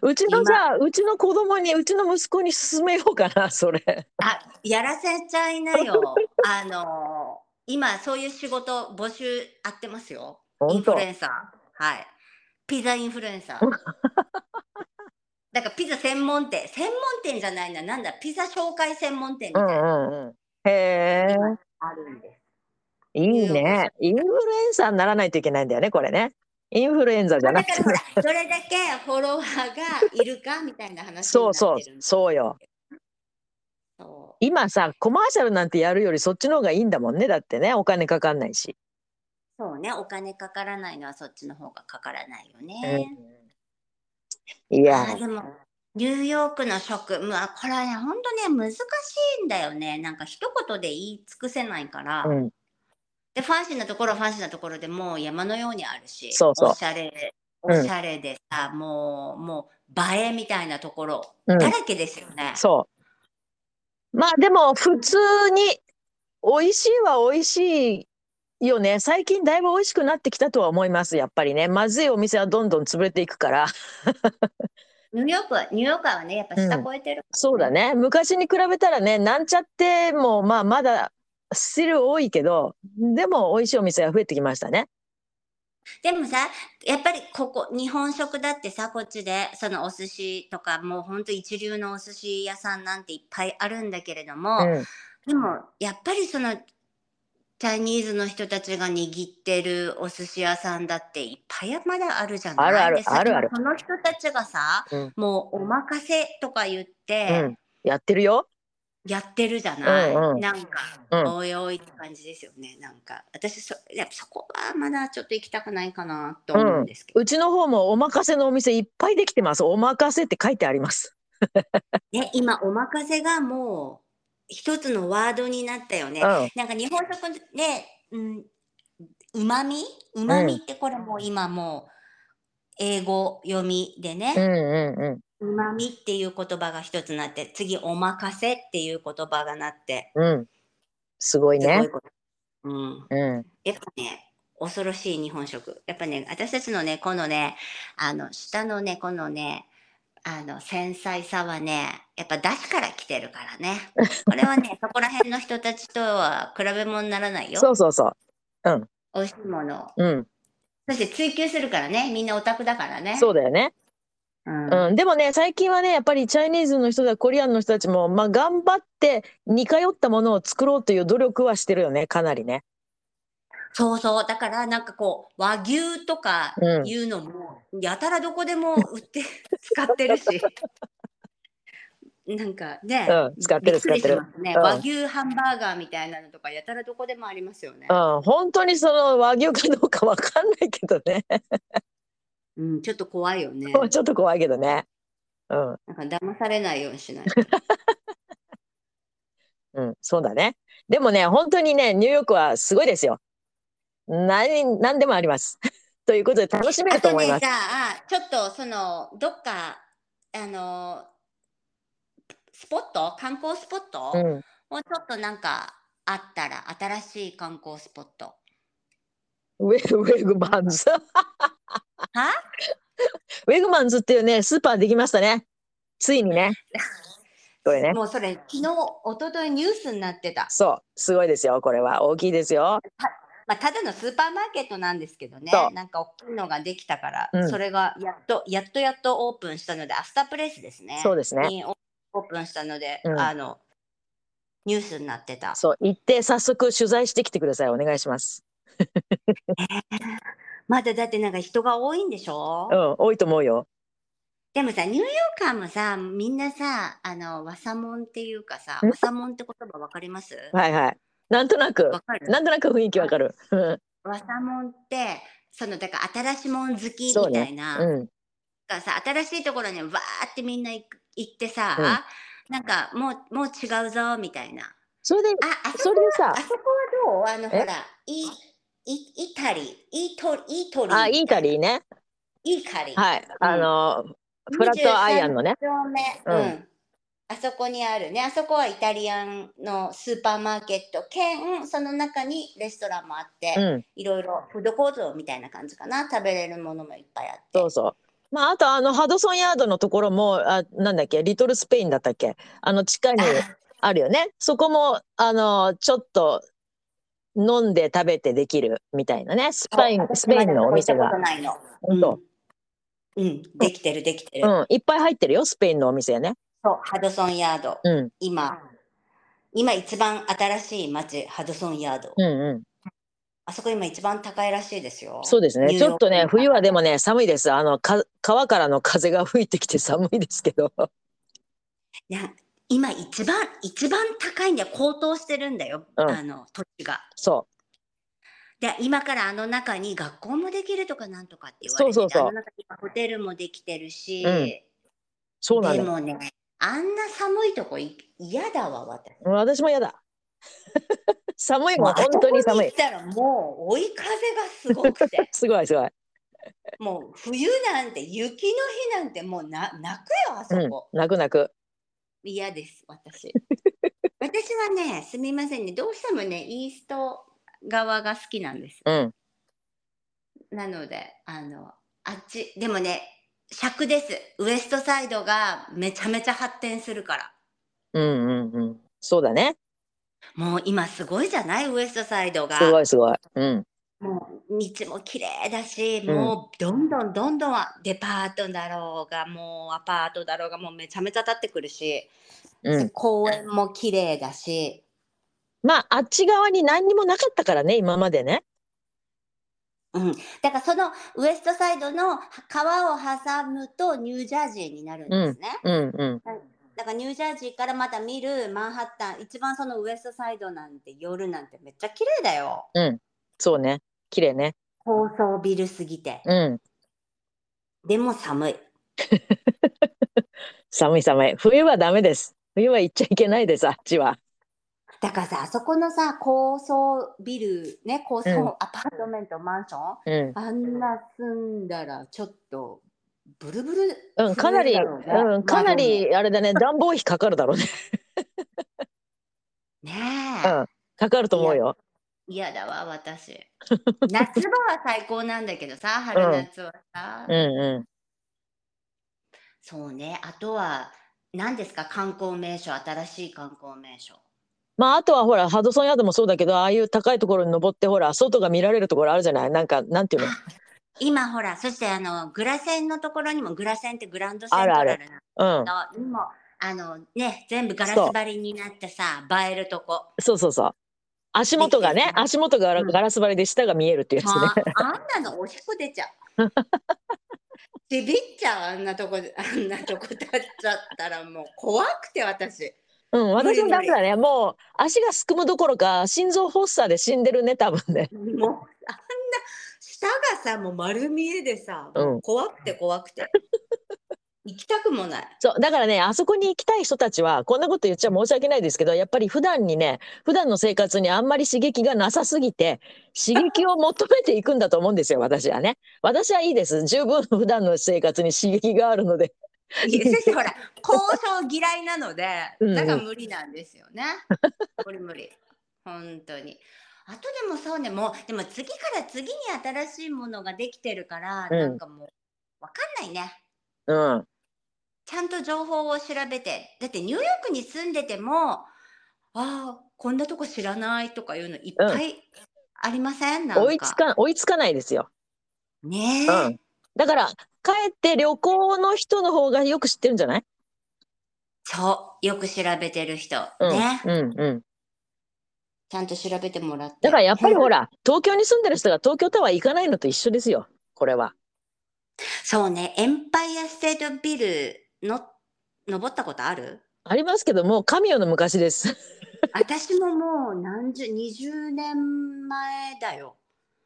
Speaker 3: う。うちのさ、うちの子供に、うちの息子に勧めようかな、それ。
Speaker 2: あやらせちゃいなよ。あの今そういう仕事募集あってますよ。イン
Speaker 3: 本
Speaker 2: フ
Speaker 3: 当
Speaker 2: ル。エンサー。はい。ピザインフルエンサー。だからピザ専門店、専門店じゃないな、なんだ、ピザ紹介専門店み
Speaker 3: う
Speaker 2: たい
Speaker 3: ん
Speaker 2: なの
Speaker 3: うんうん。へえ。
Speaker 2: あるんです。
Speaker 3: いいね。インフルエンサーにならないといけないんだよね、これね。インフルエンザじゃ
Speaker 2: だ
Speaker 3: な
Speaker 2: か
Speaker 3: く
Speaker 2: ら
Speaker 3: て
Speaker 2: ほ。ら、どれだけフォロワーがいるかみたいな話になってるんです
Speaker 3: そうそう、そうよ。
Speaker 2: そう
Speaker 3: 今さ、コマーシャルなんてやるよりそっちの方がいいんだもんね。だってね、お金かかんないし。
Speaker 2: そうね、お金かからないのはそっちの方がかからないよね。
Speaker 3: うんい
Speaker 2: あ
Speaker 3: や
Speaker 2: ー、でもニューヨークの食、まあ、これはね、本当ね、難しいんだよね。なんか一言で言い尽くせないから、
Speaker 3: うん、
Speaker 2: で、ファンシーなところはファンシーなところでもう山のようにあるし、
Speaker 3: そうそう
Speaker 2: おしゃれ、お
Speaker 3: うん
Speaker 2: しゃれでさ、もう、もう、映えみたいなところ、
Speaker 3: うん
Speaker 2: だらけですよね。
Speaker 3: そう。まあでも普通に美味しいは美味しいよね。最近だいぶ美味しくなってきたとは思います。やっぱりね。まずいお店はどんどん潰れていくから。
Speaker 2: ニューヨークは、ニューヨーカーはね、やっぱ下超えてる。
Speaker 3: そうだね。昔に比べたらね、なんちゃってもまあまだステル多いけど、でも美味しいお店が増えてきましたね。
Speaker 2: でもさ、やっぱりここ、日本食だってさ、こっちで、そのお寿司とか、もうほんと一流のお寿司屋さんなんていっぱいあるんだけれども、
Speaker 3: うん。
Speaker 2: でも、やっぱりその、チャイニーズの人たちが握ってるお寿司屋さんだっていっぱいまだあるじゃない
Speaker 3: あるある
Speaker 2: でさ
Speaker 3: あるある
Speaker 2: その人たちがさ、
Speaker 3: うん
Speaker 2: もうお任せとか言っ
Speaker 3: う
Speaker 2: て、
Speaker 3: ん。やってるよ。
Speaker 2: やってるじゃない、
Speaker 3: うんうん
Speaker 2: なんか、
Speaker 3: うん
Speaker 2: おいおいって感じですよね。なんか、私そ、いやそこはまだちょっと行きたくないかなと思うんですけど。
Speaker 3: うちの方もお任せのお店いっぱいできてます。お任せって書いてあります。
Speaker 2: ね、今、お任せがもう、一つのワードになったよね。
Speaker 3: うん。
Speaker 2: なんか日本食ね、うん、うまみうまみってこれもう今もう英語読みで
Speaker 3: うん
Speaker 2: ね、
Speaker 3: うんうん。
Speaker 2: うまみっていう言葉が一つになって、次お任せっていう言葉がなって、
Speaker 3: うん。すごい
Speaker 2: すご
Speaker 3: ね
Speaker 2: い。こと。うん。
Speaker 3: うん。
Speaker 2: やっぱね、恐ろしい日本食。やっぱね、私たちのね、このね、あの、下のね、このね、あの、繊細さはね、やっぱ出汁から来てるからね。これはね、そこら辺の人たちとは比べ物にならないよ。
Speaker 3: そうそうそう。
Speaker 2: 美味しいものを。
Speaker 3: うん。
Speaker 2: そして追求するからね、みんなオタクだからね。
Speaker 3: そうだよね。
Speaker 2: うん。うん。
Speaker 3: うん。でもね、最近はね、やっぱりチャイニーズの人だ、コリアンの人たちも、まあ、頑張って似通ったものを作ろうという努力はしてるよね、かなりね。
Speaker 2: そうそう。だから、なんかこう、和牛とか
Speaker 3: うん
Speaker 2: いうのも、やたらどこでも売って、 使ってるし。なんかね、
Speaker 3: うん使ってる
Speaker 2: びくり
Speaker 3: 使ってる
Speaker 2: しますね、
Speaker 3: うん
Speaker 2: 和牛ハンバーガーみたいなのとか、やたらどこでもありますよね
Speaker 3: う。ん。本当にその和牛かどうかわかんないけどね。
Speaker 2: うん、ちょっと怖いよね。
Speaker 3: ちょっと怖いけどね。うん。
Speaker 2: なんか騙されないようにし ないと。
Speaker 3: うん。そうだね。でもね、本当にね、ニューヨークはすごいですよ。何、何でもあります。 ということで、楽しめ
Speaker 2: あ
Speaker 3: ると
Speaker 2: と
Speaker 3: 思い
Speaker 2: ね、
Speaker 3: ます。
Speaker 2: じゃあ、ちょっとその、どっか、あの、スポット観光スポット、
Speaker 3: うん。
Speaker 2: もうちょっとなんかあったら新しい観光スポット。
Speaker 3: ウェウェグマンズ。
Speaker 2: は
Speaker 3: ウェグマンズっていうね、スーパーできましたね。ついにね。これね。
Speaker 2: もうそれ昨日一昨日ニュースになってた。
Speaker 3: そう、すごいですよ。これは大きいですよ。
Speaker 2: まあただのスーパーマーケットなんですけどね
Speaker 3: そう。
Speaker 2: なんか大きいのができたから、
Speaker 3: うん
Speaker 2: それがやっとやっとやっとオープンしたので、アスタプレスですね。
Speaker 3: そうですね。
Speaker 2: にオオープンしたので、
Speaker 3: うん
Speaker 2: あのニュースになってた。
Speaker 3: そう、行って早速取材してきてください。お願いします。
Speaker 2: まだだってなんか人が多いんでしょ
Speaker 3: うん、多いと思うよ。
Speaker 2: でもさ、ニューヨーカーもさ、みんなさ、あの、わさもんっていうかさ、
Speaker 3: ん
Speaker 2: わさもんって言葉わかります
Speaker 3: はいはい。なんとなく、
Speaker 2: わかる
Speaker 3: なんとなく雰囲気わかる。うん
Speaker 2: わさもんって、その、だから新しいもん好き
Speaker 3: そう
Speaker 2: みた
Speaker 3: ね
Speaker 2: いな、
Speaker 3: うん。
Speaker 2: がさ、新しいところにわーってみんな行く行ってさ、なんかもう、もう違うぞ、みたいな。
Speaker 3: それで、
Speaker 2: あ、あそ
Speaker 3: そ
Speaker 2: こ
Speaker 3: れで
Speaker 2: あ
Speaker 3: さ、
Speaker 2: そこはどうあの、
Speaker 3: え
Speaker 2: ほら、い、い、イタリ、イトリ、イトリ。
Speaker 3: あ、イータリーね。
Speaker 2: イーカリ。
Speaker 3: はい。あの、
Speaker 2: うん
Speaker 3: フラットアイアンのね。
Speaker 2: 一丁目
Speaker 3: うん
Speaker 2: うん。あそこにあるね。あそこはイタリアンのスーパーマーケット兼、その中にレストランもあって、
Speaker 3: うん。
Speaker 2: いろいろフードコートみたいな感じかな。食べれるものもいっぱいあって。
Speaker 3: そうそう。まあ、あとあのハドソンヤードのところもあなんだっけリトルスペインだったっけあの地 下に
Speaker 2: あ
Speaker 3: あるよねそこもあのちょっと飲んで食べてできるみたいなねスペインスペインのお店が
Speaker 2: 私、まだ行ったこと
Speaker 3: 本
Speaker 2: ないの
Speaker 3: 当。
Speaker 2: うん。うん。できてる、できてる。
Speaker 3: うん、いっぱい入ってるよスペインのお店ね、
Speaker 2: そう、ハドソンヤード。
Speaker 3: うん、
Speaker 2: 今、今一番新しい街、ハドソンヤード。
Speaker 3: うんうん
Speaker 2: あそこ今一番高いらしいですよ。
Speaker 3: そうですね
Speaker 2: ニュー
Speaker 3: ち
Speaker 2: ヨー
Speaker 3: ょっ
Speaker 2: ク
Speaker 3: とね
Speaker 2: の
Speaker 3: 冬はでもね寒いですあのか川からの風が吹いてきて寒いですけど
Speaker 2: な今一番一番高いんだよ高騰してるんだよ、
Speaker 3: うん
Speaker 2: あの土地が。
Speaker 3: そ
Speaker 2: で今からあの中に学校もできるとかなんとかって言われてて
Speaker 3: そうそうそう
Speaker 2: あの中に今ホテルもできてるし、
Speaker 3: うんうそうな
Speaker 2: で
Speaker 3: の
Speaker 2: もねあんな寒いとこい嫌だわ私。
Speaker 3: 私も嫌だ 寒いもん、本当に寒
Speaker 2: あそ。こに
Speaker 3: い
Speaker 2: 行ったらもう追い風がすごくて
Speaker 3: すごいすごい。
Speaker 2: もう冬なんて雪の日なんてもうな泣くよあそ
Speaker 3: うん
Speaker 2: こ、。
Speaker 3: 泣く泣く。
Speaker 2: 嫌です私 私はねすみませんねどうしてもねイースト側が好きなんです
Speaker 3: うん。
Speaker 2: なのであのあっちでもね尺ですウエストサイドがめちゃめちゃ発展するから
Speaker 3: うんうんうん。そうだね。
Speaker 2: もう今すごいじゃないウエストサイドが
Speaker 3: すごいすごい。うん。
Speaker 2: もう道も綺麗だし、
Speaker 3: うん
Speaker 2: もうどんどんどんどんデパートだろうがもうアパートだろうがもうめちゃめちゃ建ってくるし、
Speaker 3: うん。
Speaker 2: 公園も綺麗だし
Speaker 3: まあ、あっち側に何にもなかったからね、今までね。
Speaker 2: だからそのウエストサイドの川を挟むとニュージャージーになるんですね、
Speaker 3: うんうん。
Speaker 2: だからニュージャージーからまた見るマンハッタン一番そのウエストサイドなんて夜なんてめっちゃ綺麗だよ
Speaker 3: そうね。綺麗ね。
Speaker 2: 高層ビルすぎて
Speaker 3: うん。
Speaker 2: でも寒い
Speaker 3: 寒い寒い。冬はダメです。冬は行っちゃいけないです、あっちは。
Speaker 2: だからさあそこのさ高層ビルね高層、
Speaker 3: うん
Speaker 2: アパートメントマンション
Speaker 3: うん。
Speaker 2: あんな住んだらちょっとブルブル震え
Speaker 3: う
Speaker 2: る
Speaker 3: ん、かなり、
Speaker 2: だろね
Speaker 3: うん、かなり、あれだね、暖房費かかるだろうね。
Speaker 2: ね
Speaker 3: う
Speaker 2: え、
Speaker 3: ん。かかると思うよ。
Speaker 2: 嫌だわ 私夏場は最高なんだけどさ春
Speaker 3: うん
Speaker 2: 夏はさ、
Speaker 3: うんう
Speaker 2: そうねあとは何ですか観光名所新しい観光名所
Speaker 3: ん。まあ、あとはほら、ハドソンヤードもそうだけど、ああいう高いところに登って、ほら、外が見られるところあるじゃないなんか、なんていうの
Speaker 2: 今ほらそしてあのグラセンのところにもグラセンってグランドセント
Speaker 3: あるあ
Speaker 2: ラ
Speaker 3: る
Speaker 2: ルな
Speaker 3: うん。
Speaker 2: のにもあのね全部ガラ
Speaker 3: そう
Speaker 2: ス張りになってさ映えるとこ
Speaker 3: そうそうそう。足元が
Speaker 2: でき
Speaker 3: ね
Speaker 2: て、る
Speaker 3: 足元がガラ
Speaker 2: うん
Speaker 3: ガラス張りで下が見えるっていうやつね
Speaker 2: ま。あ、あんなのおしっこ出ちゃう。 ちびっちゃうあんなとこであんなとこ立っちゃったらもう怖くて私。
Speaker 3: うん、私も
Speaker 2: 無理無
Speaker 3: ダ
Speaker 2: 理
Speaker 3: メだね。もう足がすくむどころか、心臓発作で死んでるね、多分ね。
Speaker 2: もうあんな舌がさもう丸見えでさ、
Speaker 3: うん
Speaker 2: もう怖くて怖くて行きたくもない。
Speaker 3: そう、だからね、あそこに行きたい人たちは、こんなこと言っちゃ申し訳ないですけど、やっぱり普段にね、普段の生活にあんまり刺激がなさすぎて、刺激を求めていくんだと思うんですよ、私はね。私はいいです。十分普段の生活に刺激があるので。
Speaker 2: いや先生ほら交渉嫌いなので
Speaker 3: うん
Speaker 2: だから無理なんですよね。無理無理本当に。あとでもそうねもうでも次から次に新しいものができてるから、
Speaker 3: うん
Speaker 2: なんかもうわかんないね。
Speaker 3: うん。
Speaker 2: ちゃんと情報を調べてだってニューヨークに住んでてもああこんなとこ知らないとかいうのいっぱいありません、なんか
Speaker 3: 追いつか、追いつかないですよ。
Speaker 2: ねえ、
Speaker 3: うん。だから、帰って旅行の人の方がよく知ってるんじゃない
Speaker 2: そうよく調べてる人、
Speaker 3: うん。
Speaker 2: ね
Speaker 3: うんうん。
Speaker 2: ちゃんと調べてもらって
Speaker 3: だからやっぱりほ
Speaker 2: ら
Speaker 3: ら、東京に住んでる人が東京タワー行かないのと一緒ですよ、これは。
Speaker 2: そうねエンパイアステートビルの登ったことあ る
Speaker 3: ありますけども、神代の昔です。
Speaker 2: 私ももう何十20年前だよ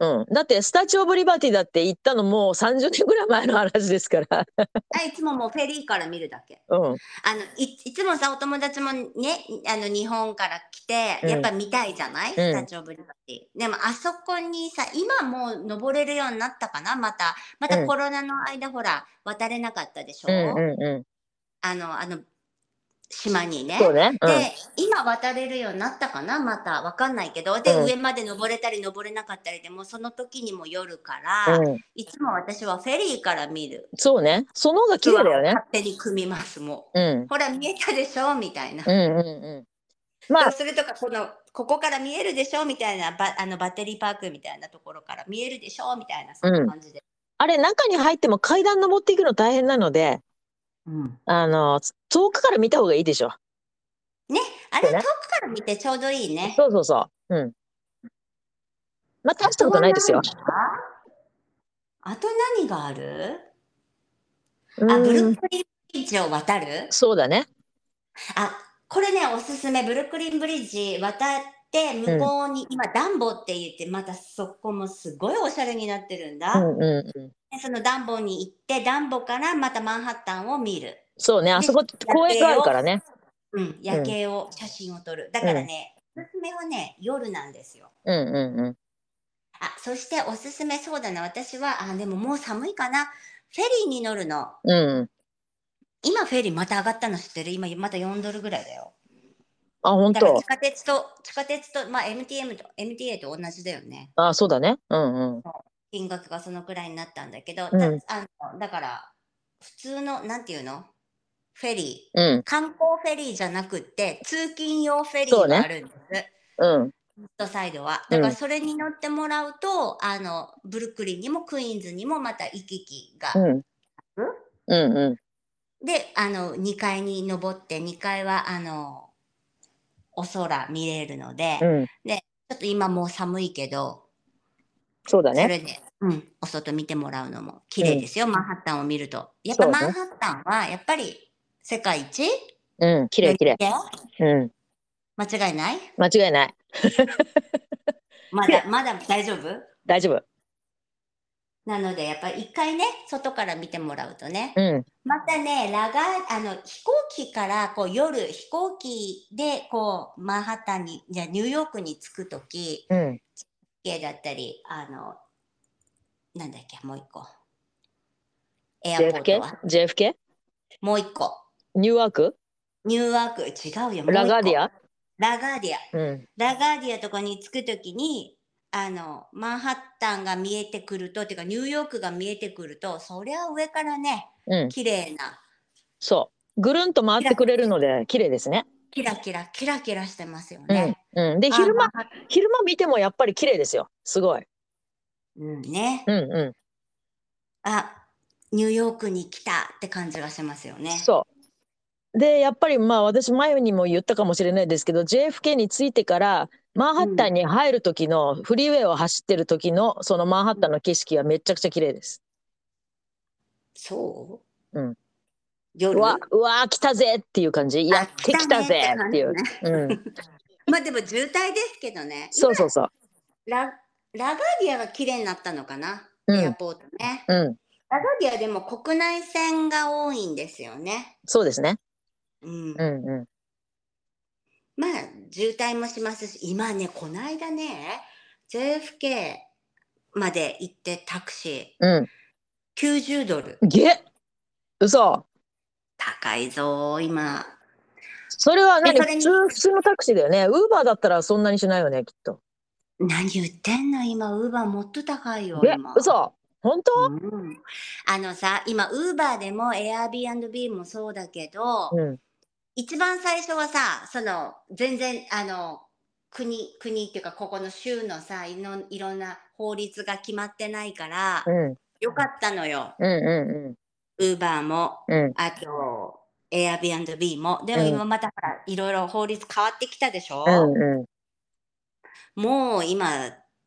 Speaker 3: うん。だって、スタチオブリバティだって行ったのもう30年ぐらい前の話ですから。
Speaker 2: あいつももうフェリーから見るだけ
Speaker 3: うん。
Speaker 2: あのいいつもさお友達もねあの日本から来て
Speaker 3: うん
Speaker 2: やっぱ見たいじゃない、スタチオブリバティでもあそこにさ今もう登れるようになったかなまたま
Speaker 3: う
Speaker 2: た
Speaker 3: ん
Speaker 2: コロナの間ほら渡れなかったでしょ、
Speaker 3: うんうんう
Speaker 2: あのあの島にね
Speaker 3: ん。そうね。うん。
Speaker 2: で、今渡れるようになったかなまたわかんないけどで、
Speaker 3: うん
Speaker 2: 上まで登れたり登れなかったりでもうその時にもよるから、
Speaker 3: うん、
Speaker 2: いつも私はフェリーから見る
Speaker 3: そうね。その方が綺麗だよね。
Speaker 2: 勝手に組みますもう。
Speaker 3: うん。
Speaker 2: ほら見えたでしょみたいな。
Speaker 3: うんうんうん。まあ、
Speaker 2: それとかこのここから見えるでしょみたいなバあのバッテリーパークみたいなところから見えるでしょみたいなそんな感じで。
Speaker 3: あれ、中に入っても階段登っていくの大変なので、あの、遠くから見た方がいいでしょ。
Speaker 2: あれ
Speaker 3: そう
Speaker 2: 遠
Speaker 3: ね
Speaker 2: くから見てちょうどいいね。
Speaker 3: そうそうそう。うん。まあ、大したことないですよ。
Speaker 2: あと何がある？あブルッ
Speaker 3: うん。
Speaker 2: クリンブリッジを渡る？
Speaker 3: そうだね。
Speaker 2: あこれねおすすめブルックリンブリッジ渡って向こうに、今ダンボって言ってまたそこもすごいおしゃれになってるんだ。
Speaker 3: うんうんうん。
Speaker 2: でそのダンボに行ってダンボからまたマンハッタンを見る、
Speaker 3: そうね、あそこ公園があるからね。
Speaker 2: うん、夜景を写真を撮る、だからね、おすすめはね、夜なんですよ。
Speaker 3: うんうんうん。
Speaker 2: あ、そしておすすめそうだな。私は、あ、でももう寒いかな。フェリーに乗るの。
Speaker 3: うん。
Speaker 2: 今フェリーまた上がったの知ってる今また4ドルぐらいだよ。
Speaker 3: あ、本
Speaker 2: だから
Speaker 3: 当
Speaker 2: 地。下鉄と、地下鉄と、まあ MTM と、MTA と同じだよね。
Speaker 3: あ、そうだね。うんうん。
Speaker 2: 金額がそのくらいになったんだけど、
Speaker 3: うん
Speaker 2: だあのだから、普通の、なんていうのフェリー。
Speaker 3: うん
Speaker 2: 観光フェリーじゃなくって、通勤用フェリ
Speaker 3: そう
Speaker 2: ー
Speaker 3: ね
Speaker 2: があるんです。
Speaker 3: うん。
Speaker 2: ットサイドは。
Speaker 3: うん
Speaker 2: だからそれに乗ってもらうと、あの、ブルックリンにもクイーンズにもまた行き来が。
Speaker 3: うん。うんう
Speaker 2: で、あの、2階に登って、2階は、あの、お空見れるので、
Speaker 3: ん。うん。
Speaker 2: ちょっと今もう寒いけど、
Speaker 3: そうだ
Speaker 2: そ
Speaker 3: ね。
Speaker 2: れで、うん、お外見てもらうのも綺麗ですよ、マンハッタンを見ると。やっ
Speaker 3: そ
Speaker 2: ぱ
Speaker 3: うね
Speaker 2: マンハッタンは、やっぱり世界一
Speaker 3: うん。綺麗綺麗。うん。
Speaker 2: 間違いない
Speaker 3: 間違いない。
Speaker 2: まだ、まだ大丈夫
Speaker 3: 大丈夫。
Speaker 2: なので、やっぱり一回ね、外から見てもらうとね、
Speaker 3: うん。
Speaker 2: またね、ラガー、あの、飛行機から、こう、夜、飛行機で、こう、マンハッタンに、じゃあニューヨークに着くとき、
Speaker 3: うん。
Speaker 2: 系だったり、あの、なんだっけ、もう一個。エアポート
Speaker 3: JFK?JFK?
Speaker 2: は。もう一個。
Speaker 3: ニューワーク
Speaker 2: ニューワーク、違うよ。もう一個
Speaker 3: ラガーディア
Speaker 2: ラガーディア。
Speaker 3: うん。
Speaker 2: ラガーディアとかに着くときに、あの、マンハッタンが見えてくると、てか、ニューヨークが見えてくると、そりゃ上からね、
Speaker 3: うん。
Speaker 2: 綺麗な、
Speaker 3: そう。ぐるんと回ってくれるので、綺麗ですね。
Speaker 2: キラキラ、キラキラしてますよ
Speaker 3: う
Speaker 2: ね
Speaker 3: ん。。うん。で、
Speaker 2: あ
Speaker 3: 昼
Speaker 2: マ
Speaker 3: 間
Speaker 2: ン、ハッ
Speaker 3: 昼間見てもやっぱり綺麗ですよ。すごい。
Speaker 2: うんね。
Speaker 3: うんう
Speaker 2: あ、ニューヨークに来たって感じがしますよね
Speaker 3: ん。。そう。で、やっぱりまあ私前にも言ったかもしれないですけど、JFK に着いてから、マンハッタンに入る時の、フリーウェイを走ってる時の、そのマンハッタンの景色はめちゃくちゃ綺麗です。
Speaker 2: そう
Speaker 3: うん。う
Speaker 2: 夜
Speaker 3: わ、うわ、来たぜっていう感じ。やってきたぜっていう。
Speaker 2: ね
Speaker 3: うん。
Speaker 2: まあでも渋滞ですけどね。
Speaker 3: そうそうそう。
Speaker 2: ララガーディアが綺麗になったのかな、
Speaker 3: う
Speaker 2: エア
Speaker 3: ん。
Speaker 2: ポートね。
Speaker 3: うん。
Speaker 2: ラガーディアでも国内線が多いんですよね。
Speaker 3: そうですね。
Speaker 2: うん。
Speaker 3: うんうん。
Speaker 2: まあ渋滞もしますし、今ね、こないだね、JFK まで行ってタクシ
Speaker 3: う
Speaker 2: ー90ドル。
Speaker 3: ん。げ嘘
Speaker 2: 高いぞ、今。
Speaker 3: それは
Speaker 2: え
Speaker 3: 何
Speaker 2: それ
Speaker 3: 普
Speaker 2: に
Speaker 3: 通、普通のタクシーだよね。ウーバーだったらそんなにしないよね、きっと。
Speaker 2: 何言ってんの今、ウーバーもっと高いよ。
Speaker 3: え
Speaker 2: 今、
Speaker 3: 嘘本当
Speaker 2: うん、あのさ今ウーバーでも Airbnb もそうだけど、
Speaker 3: うん。
Speaker 2: 一番最初はさその全然あの国国っていうかここの州のさいろんいろんな法律が決まってないから、
Speaker 3: うん。
Speaker 2: よかったのよ
Speaker 3: うんう
Speaker 2: ウーバーも
Speaker 3: んうん。うん。
Speaker 2: あと Airbnb もでも
Speaker 3: うん
Speaker 2: 今またほらいろいろ法律変わってきたでしょ、
Speaker 3: うんうん。
Speaker 2: もう今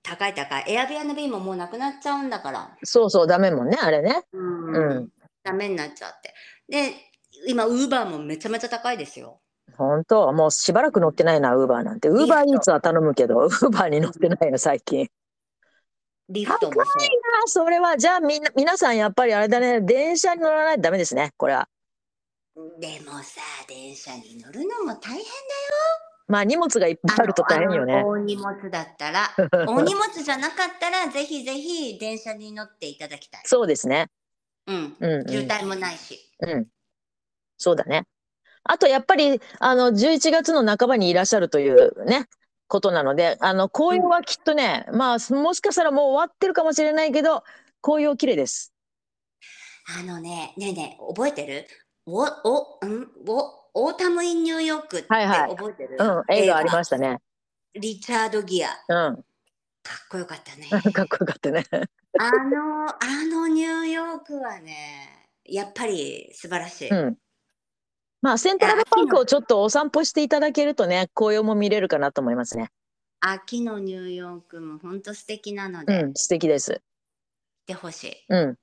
Speaker 2: 高い高い Airbnb ももうなくなっちゃうんだから。
Speaker 3: そうそう、ダメもんね、あれね。
Speaker 2: う、
Speaker 3: うん
Speaker 2: ダメになっちゃって。で、今、ウーバーもめちゃめちゃ高いですよ。
Speaker 3: 本当もうしばらく乗ってないな、ウーバーなんて。ウーバーイーツは頼むけど、ウ ーバーに乗ってないよ、最 近。
Speaker 2: リフ
Speaker 3: 高
Speaker 2: ト
Speaker 3: い
Speaker 2: も
Speaker 3: な、それは。じゃあ、みんな、皆さん、やっぱりあれだね、電車に乗らないとダメですね、これは。
Speaker 2: そう。でもさ、電車に乗るのも大変
Speaker 3: まあ、荷物がいっぱいあると大変よ
Speaker 2: あ
Speaker 3: ね
Speaker 2: の。大荷物だった ら、大荷物じゃなかったら、ぜひぜひ電車に乗っていただきたい。
Speaker 3: そうですね。
Speaker 2: うん。
Speaker 3: うん、うん。
Speaker 2: 渋滞もないし。
Speaker 3: うん。そうだね。あと、やっぱり、あの、11月の半ばにいらっしゃるというね、ことなので、あの、紅葉はきっとね、まあ、すもしかしたらもう終わってるかもしれないけど、紅葉綺麗です。
Speaker 2: あのね、ねえねえ、覚えてるお、お、うんお、オータム・イン・ニューヨークって
Speaker 3: はいはい
Speaker 2: 覚えてる、
Speaker 3: うん、映画ありましたね。
Speaker 2: リチャード・ギア。か
Speaker 3: うん、
Speaker 2: っこよかったね。
Speaker 3: かっこよかった ね。
Speaker 2: あの、あのニューヨークはね、やっぱり素晴らしい。
Speaker 3: うん。まあ、セントラルパークをちょっとお散歩していただけるとね、紅葉も見れるかなと思いますね。
Speaker 2: 秋のニューヨークも本当素敵なの
Speaker 3: う
Speaker 2: で、来
Speaker 3: ん、素敵です。
Speaker 2: てほしい。
Speaker 3: うん。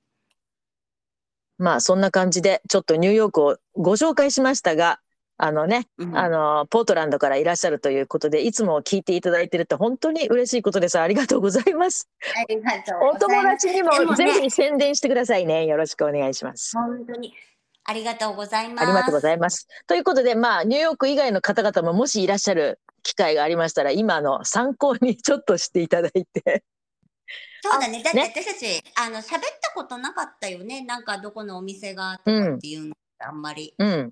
Speaker 3: まあ、そんな感じで、ちょっとニューヨークをご紹介しましたが、あのね、
Speaker 2: うん
Speaker 3: あの、ポートランドからいらっしゃるということで、いつも聞いていただいてるって本当に嬉しいことです。ありがとうございます。
Speaker 2: ありがとうご
Speaker 3: お
Speaker 2: ざ
Speaker 3: 友
Speaker 2: います。
Speaker 3: 達
Speaker 2: で
Speaker 3: に
Speaker 2: も
Speaker 3: も
Speaker 2: ね
Speaker 3: ぜひ宣伝してくださいね。よろしくお願いします。
Speaker 2: 本当にありがとうございます。
Speaker 3: ありがとうござ
Speaker 2: い
Speaker 3: います。ということで、まあ、ニューヨーク以外の方々ももしいらっしゃる機会がありましたら、今の参考にちょっとしていただいて。
Speaker 2: そうだね。だって
Speaker 3: ね
Speaker 2: 私たち、あの、喋ったことなかったよね。なんかどこのお店がとかっていうのってあんまり。
Speaker 3: うん。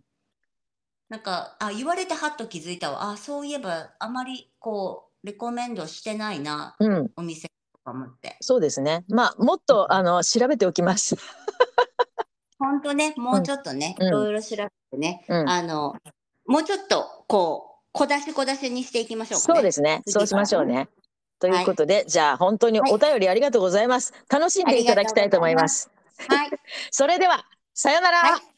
Speaker 2: なんか、あ、言われてはっと気づいたわ。あ、そういえば、あまりこう、レコメンドしてないな、
Speaker 3: うん。
Speaker 2: お店とか思って。
Speaker 3: そうですね。まあ、もっと、あの、調べておきます。
Speaker 2: ほんとね、もうちょっとね、
Speaker 3: うん
Speaker 2: いろいろ調べてね、
Speaker 3: うん。
Speaker 2: あの、もうちょっと、こう、小出し小出しにしていきましょうかね。
Speaker 3: そうですね。
Speaker 2: 次
Speaker 3: そ
Speaker 2: は
Speaker 3: うしましょうね。ということで、じゃあ本当にお便りありがとうございます。楽しんでいただきたいと思います。
Speaker 2: はい。
Speaker 3: それでは、さようなら。
Speaker 2: はい。